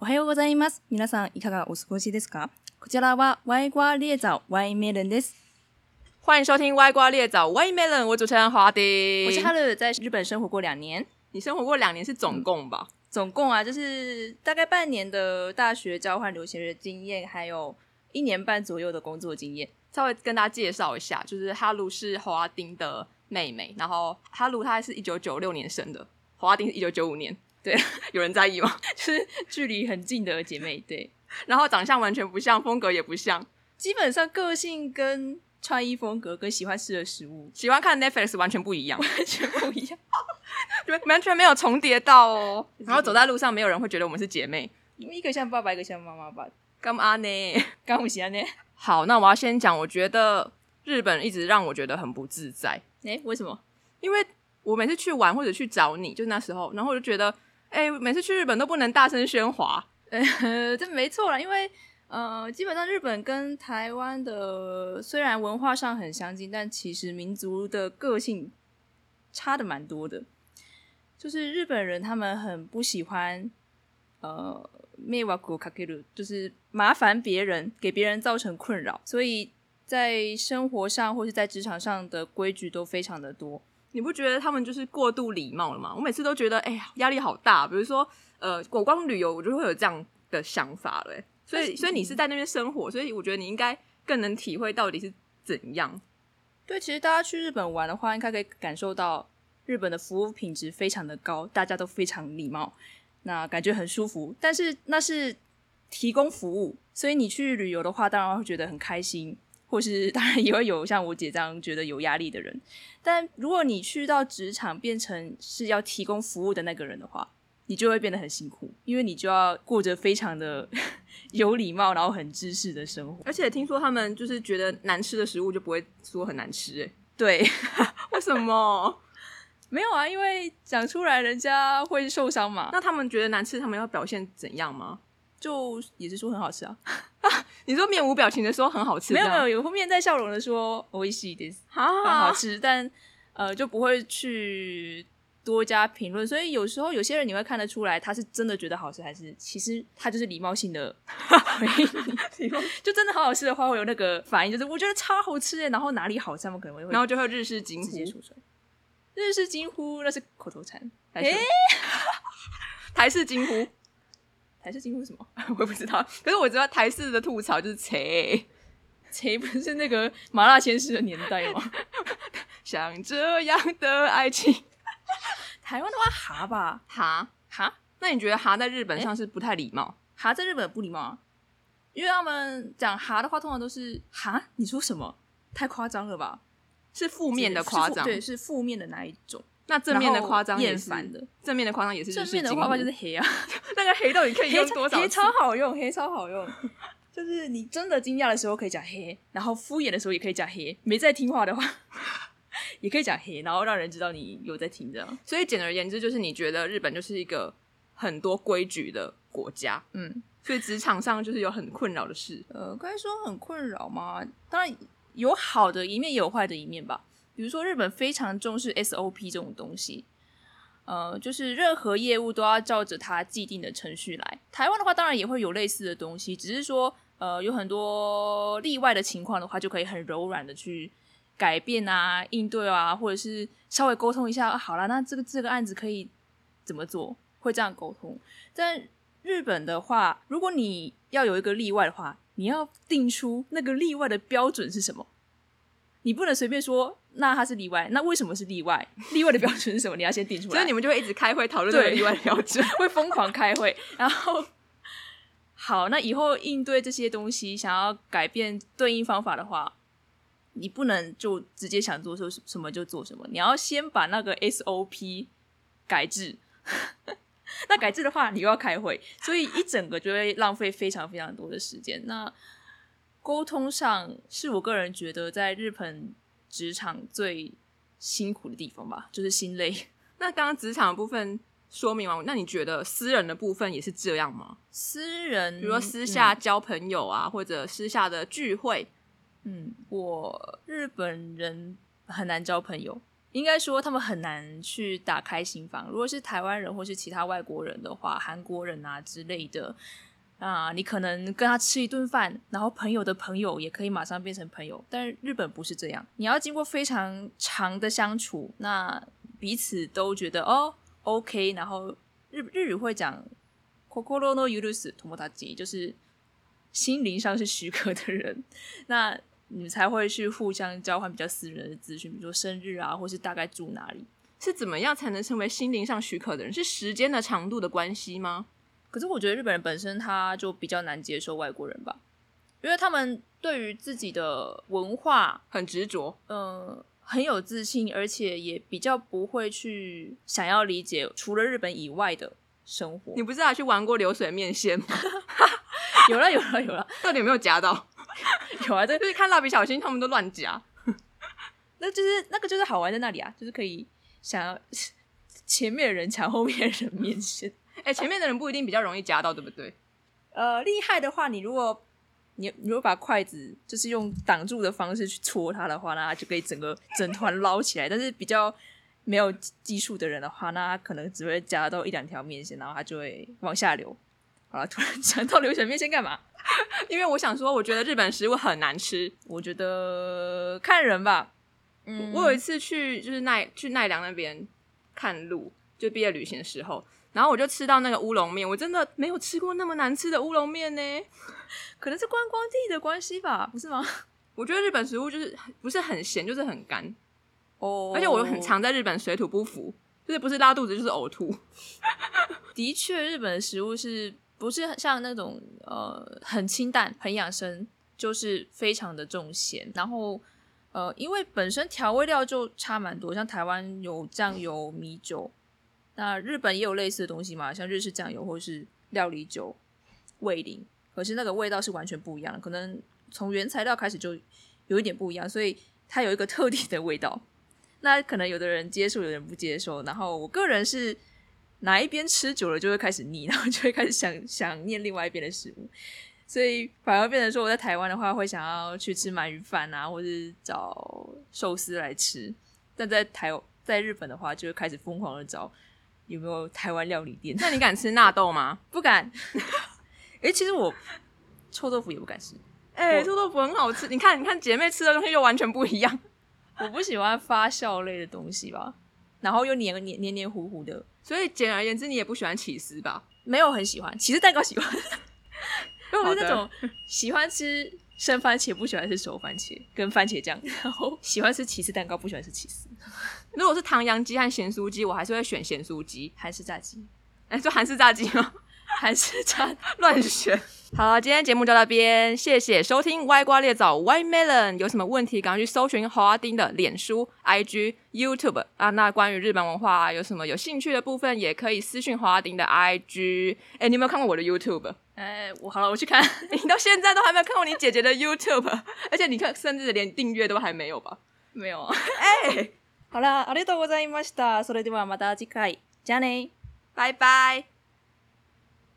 おはようございます。皆さんいかがお過ごしですか？こちらはワイ瓜列枣ワイメンです。欢迎收听《歪瓜裂枣 w a y Melon》，我主持人华迪。我是 Hello，在日本生活过两年，你生活过两年是总共吧？总共啊就是大概半年的大学交换留学的经验，还有一年半左右的工作经验。 稍微跟大家介绍一下，就是哈鲁是华丁的妹妹，然后哈鲁她是一九九六年生的，华丁是一九九五年。对， 有人在意吗？就是距离很近的姐妹，对，然后长相完全不像，风格也不像，基本上个性跟穿衣风格跟喜欢吃的食物 喜欢看 Netflix 完全不一样， 完全不一样，完全没有重叠到 哦。是然后走在路上，没有人会觉得我们是姐妹，一个像爸爸，一个像妈妈吧。干嘛呢？刚不行呢？好，那我要先讲，我觉得日本一直让我觉得很不自在。哎、为什么？因为我每次去玩或者去找你，就是那时候，然后我就觉得，哎、每次去日本都不能大声喧哗，呃，这没错啦，因为呃，基本上日本跟台湾的虽然文化上很相近，但其实民族的个性差的蛮多的。就是日本人他们很不喜欢呃迷惑をかける，就是麻烦别人，给别人造成困扰，所以在生活上或是在职场上的规矩都非常的多。你不觉得他们就是过度礼貌了吗？我每次都觉得，哎、呀，压力好大。比如说，呃，我光旅游，我就会有这样的想法了、哎所以，所以你嗯是在那边生活，所以我觉得你应该更能体会到底是怎样。对，其实大家去日本玩的话，应该可以感受到日本的服务品质非常的高，大家都非常礼貌，那感觉很舒服。但是那是提供服务，所以你去旅游的话，当然会觉得很开心，或是 当然也会有像我姐这样觉得有压力的人。但如果你去到职场变成是要提供服务的那个人的话，你就会变得很辛苦，因为你就要过着非常的 有礼貌，然后很知识的生活。而且听说他们就是觉得难吃的食物就不会说很难吃、对，哎， 为什么？没有啊，因为讲出来人家会受伤嘛。那他们觉得难吃，他们要表现怎样吗？就也是说很好吃啊，你说面无表情的说很好吃这 没有样，没有，有面带笑容的说哦美味しいです，啊，很哦好吃，但呃就不会去多加评论，所以有时候有些人你会看得出来他是真的觉得好吃，还是其实他就是礼貌性 的回应， 就真的好好吃的话会有那个反应，就是我觉得超好吃耶，然后哪里好吃他们可能会然后就会日式惊直接呼，说出来，日式惊呼那是口头禅，台式诶 台式惊呼， 台式惊呼是什么？ 我也不知道。可是我知道台式的吐槽就是切，谁不是那个麻辣鲜师的年代吗？像这样的爱情。台湾的话哈吧哈，哈。那你觉得哈在日本上是不太礼貌？哈在日本不礼貌啊，因为他们讲哈的话，通常都是哈，你说什么？太夸张了吧？是负负面的夸张，对，是负面的那一种，那正面的夸然张后也厌是烦，的。正面的夸张也是日正式面的惊话呼就是黑啊，那个黑到底可以黑 用超多少黑次超？好用，黑超好用。就是你真的惊讶的时候可以讲黑，然后敷衍的时候也可以讲黑，没在听话的话 也可以讲黑，然后让人知道你有在听这样。所以简而言之，就是你觉得日本就是一个很多规矩的国家，嗯，所以职场上就是有很困扰的事。呃，该说很困扰吗？当然有好的一面，也有坏的一面吧。比如说，日本非常重视 SOP 这种东西，呃，就是任何业务都要照着它既定的程序来。台湾的话，当然也会有类似的东西，只是说，呃，有很多例外的情况的话，就可以很柔软的去改变啊、应对啊，或者是稍微沟通一下。啊、好啦，那这个这个案子可以怎么做？会这样沟通，但日本的话，如果你要有一个例外的话，你要定出那个例外的标准是什么。你不能随便说，那它是例外，那为什么是例外？例外的标准是什么？你要先定出来。所以你们 就会一直开会讨论这个对例外标 准。会疯狂开会，然后好，那以后应对这些东西，想要改变对应方法的话，你不能就直接想做什什么就做什么，你要先把那个 SOP 改制。 那改制的话，你又要开会，所以一整个就会浪费非常非常多的时间。那沟通上是我个人觉得在日本职场最辛苦的地方吧，就是心累。那刚刚职场的部分说明完，那你觉得私人的部分也是这样吗？私人，嗯比如说私下交朋友啊，或者私下的聚会，嗯，我日本人很难交朋友，应该说他们很难去打开心房。如果是台湾人或是其他外国人的话，韩国人啊之类的，啊，你可能跟他吃一顿饭，然后朋友的朋友也可以马上变成朋友。但日本不是这样，你要经过非常长的相处，那彼此都觉得哦 OK，然后日日语会讲 “kokoro no yurus tomodachi”，就是心灵上是许可的人，那你们才会去互相交换比较私人的资讯，比如说生日啊，或是大概住哪里。是怎么样才能成为心灵上许可的人？是时间的长度的关系吗？可是我觉得日本人本身他就比较难接受外国人吧，因为他们对于自己的文化，很执着，嗯，很有自信，而且也比较不会去想要理解除了日本以外的生活你。不是还去玩过流水面线 吗？有了，有了，有了，到底有没有夹到？ 有啊！这就是看蜡笔小新他们都乱夹，那就是那个就是好玩在那里啊，就是可以想要 前面的人抢后面的人面前。哎、前面的人不一定比较容易夹到，对不对？呃，厉害的话，你如果你你如果把筷子就是用挡住的方式去戳它的话，那它就可以整个整团捞起来。但是比较没有技术的人的话，那他可能只会夹到一两条面线，然后它就会往下流。好了，突然 讲到流水面线干嘛？因为我想说，我觉得日本食物很难吃。我觉得看人吧。嗯，我有一次去就是奈去奈良那边看路，就毕业旅行的时候，然后我就吃到那个乌龙面，我真的没有吃过那么难吃的乌龙面呢。可能是观光地的关系吧，不是吗？我觉得日本食物就是不是很咸，就是很干，哦 而且我很常在日本水土不服，就是不是拉肚子就是呕吐。哦的确，日本的食物是不是像那种呃很清淡、很养生，就是非常的重咸。然后呃，因为本身调味料就差蛮多，像台湾有酱油、米酒，那日本也有类似的东西嘛，像日式酱油或是料理酒、味淋，可是那个味道是完全不一样的，可能从原材料开始就有一点不一样，所以它有一个特定的味道。 那可能有的人接受，有的人不接受。然后我个人是哪一边吃久了就会开始腻，然后就会开始想想念另外一边的食物，所以反而变成说我在台湾的话会想要去吃鳗鱼饭啊，或是找寿司来吃，但在台在日本的话就会开始疯狂的找有没有台湾料理店， 那你敢吃纳豆吗？不敢。诶、其实我臭豆腐也不敢吃，哎、我臭豆腐很好吃，你看，你看姐妹吃的东西就完全不一样。我不喜欢发酵类的东西吧，然后又黏黏黏黏糊糊的， 所以简而言之，你也不喜欢起司吧？没有很喜欢，其实蛋糕喜欢，因为我是那好种喜欢吃生番茄，不喜欢吃熟番茄跟番茄酱，然后喜欢吃起司蛋糕，不喜欢吃起司，如果是唐扬鸡和咸酥鸡，我还是会选咸酥鸡。韩式炸鸡，哎、就韩式炸鸡 吗？韩式炸乱选。 好，今天节目就到这边，谢谢收听歪瓜裂枣 （White Melon）。有什么问题，赶快去搜寻华丁的脸书、IG、YouTube 啊。那关于日本文化、啊、有什么有兴趣的部分，也可以私讯华丁的 IG。哎、你有没有看过我的 YouTube？哎，我好了，我去看， 你到现在都还没有看过你姐姐的 YouTube，而且你看，甚至连订阅都还没有吧？没有啊。哎、好了，ありがとうございました。それではまた次回、じゃあね。拜拜。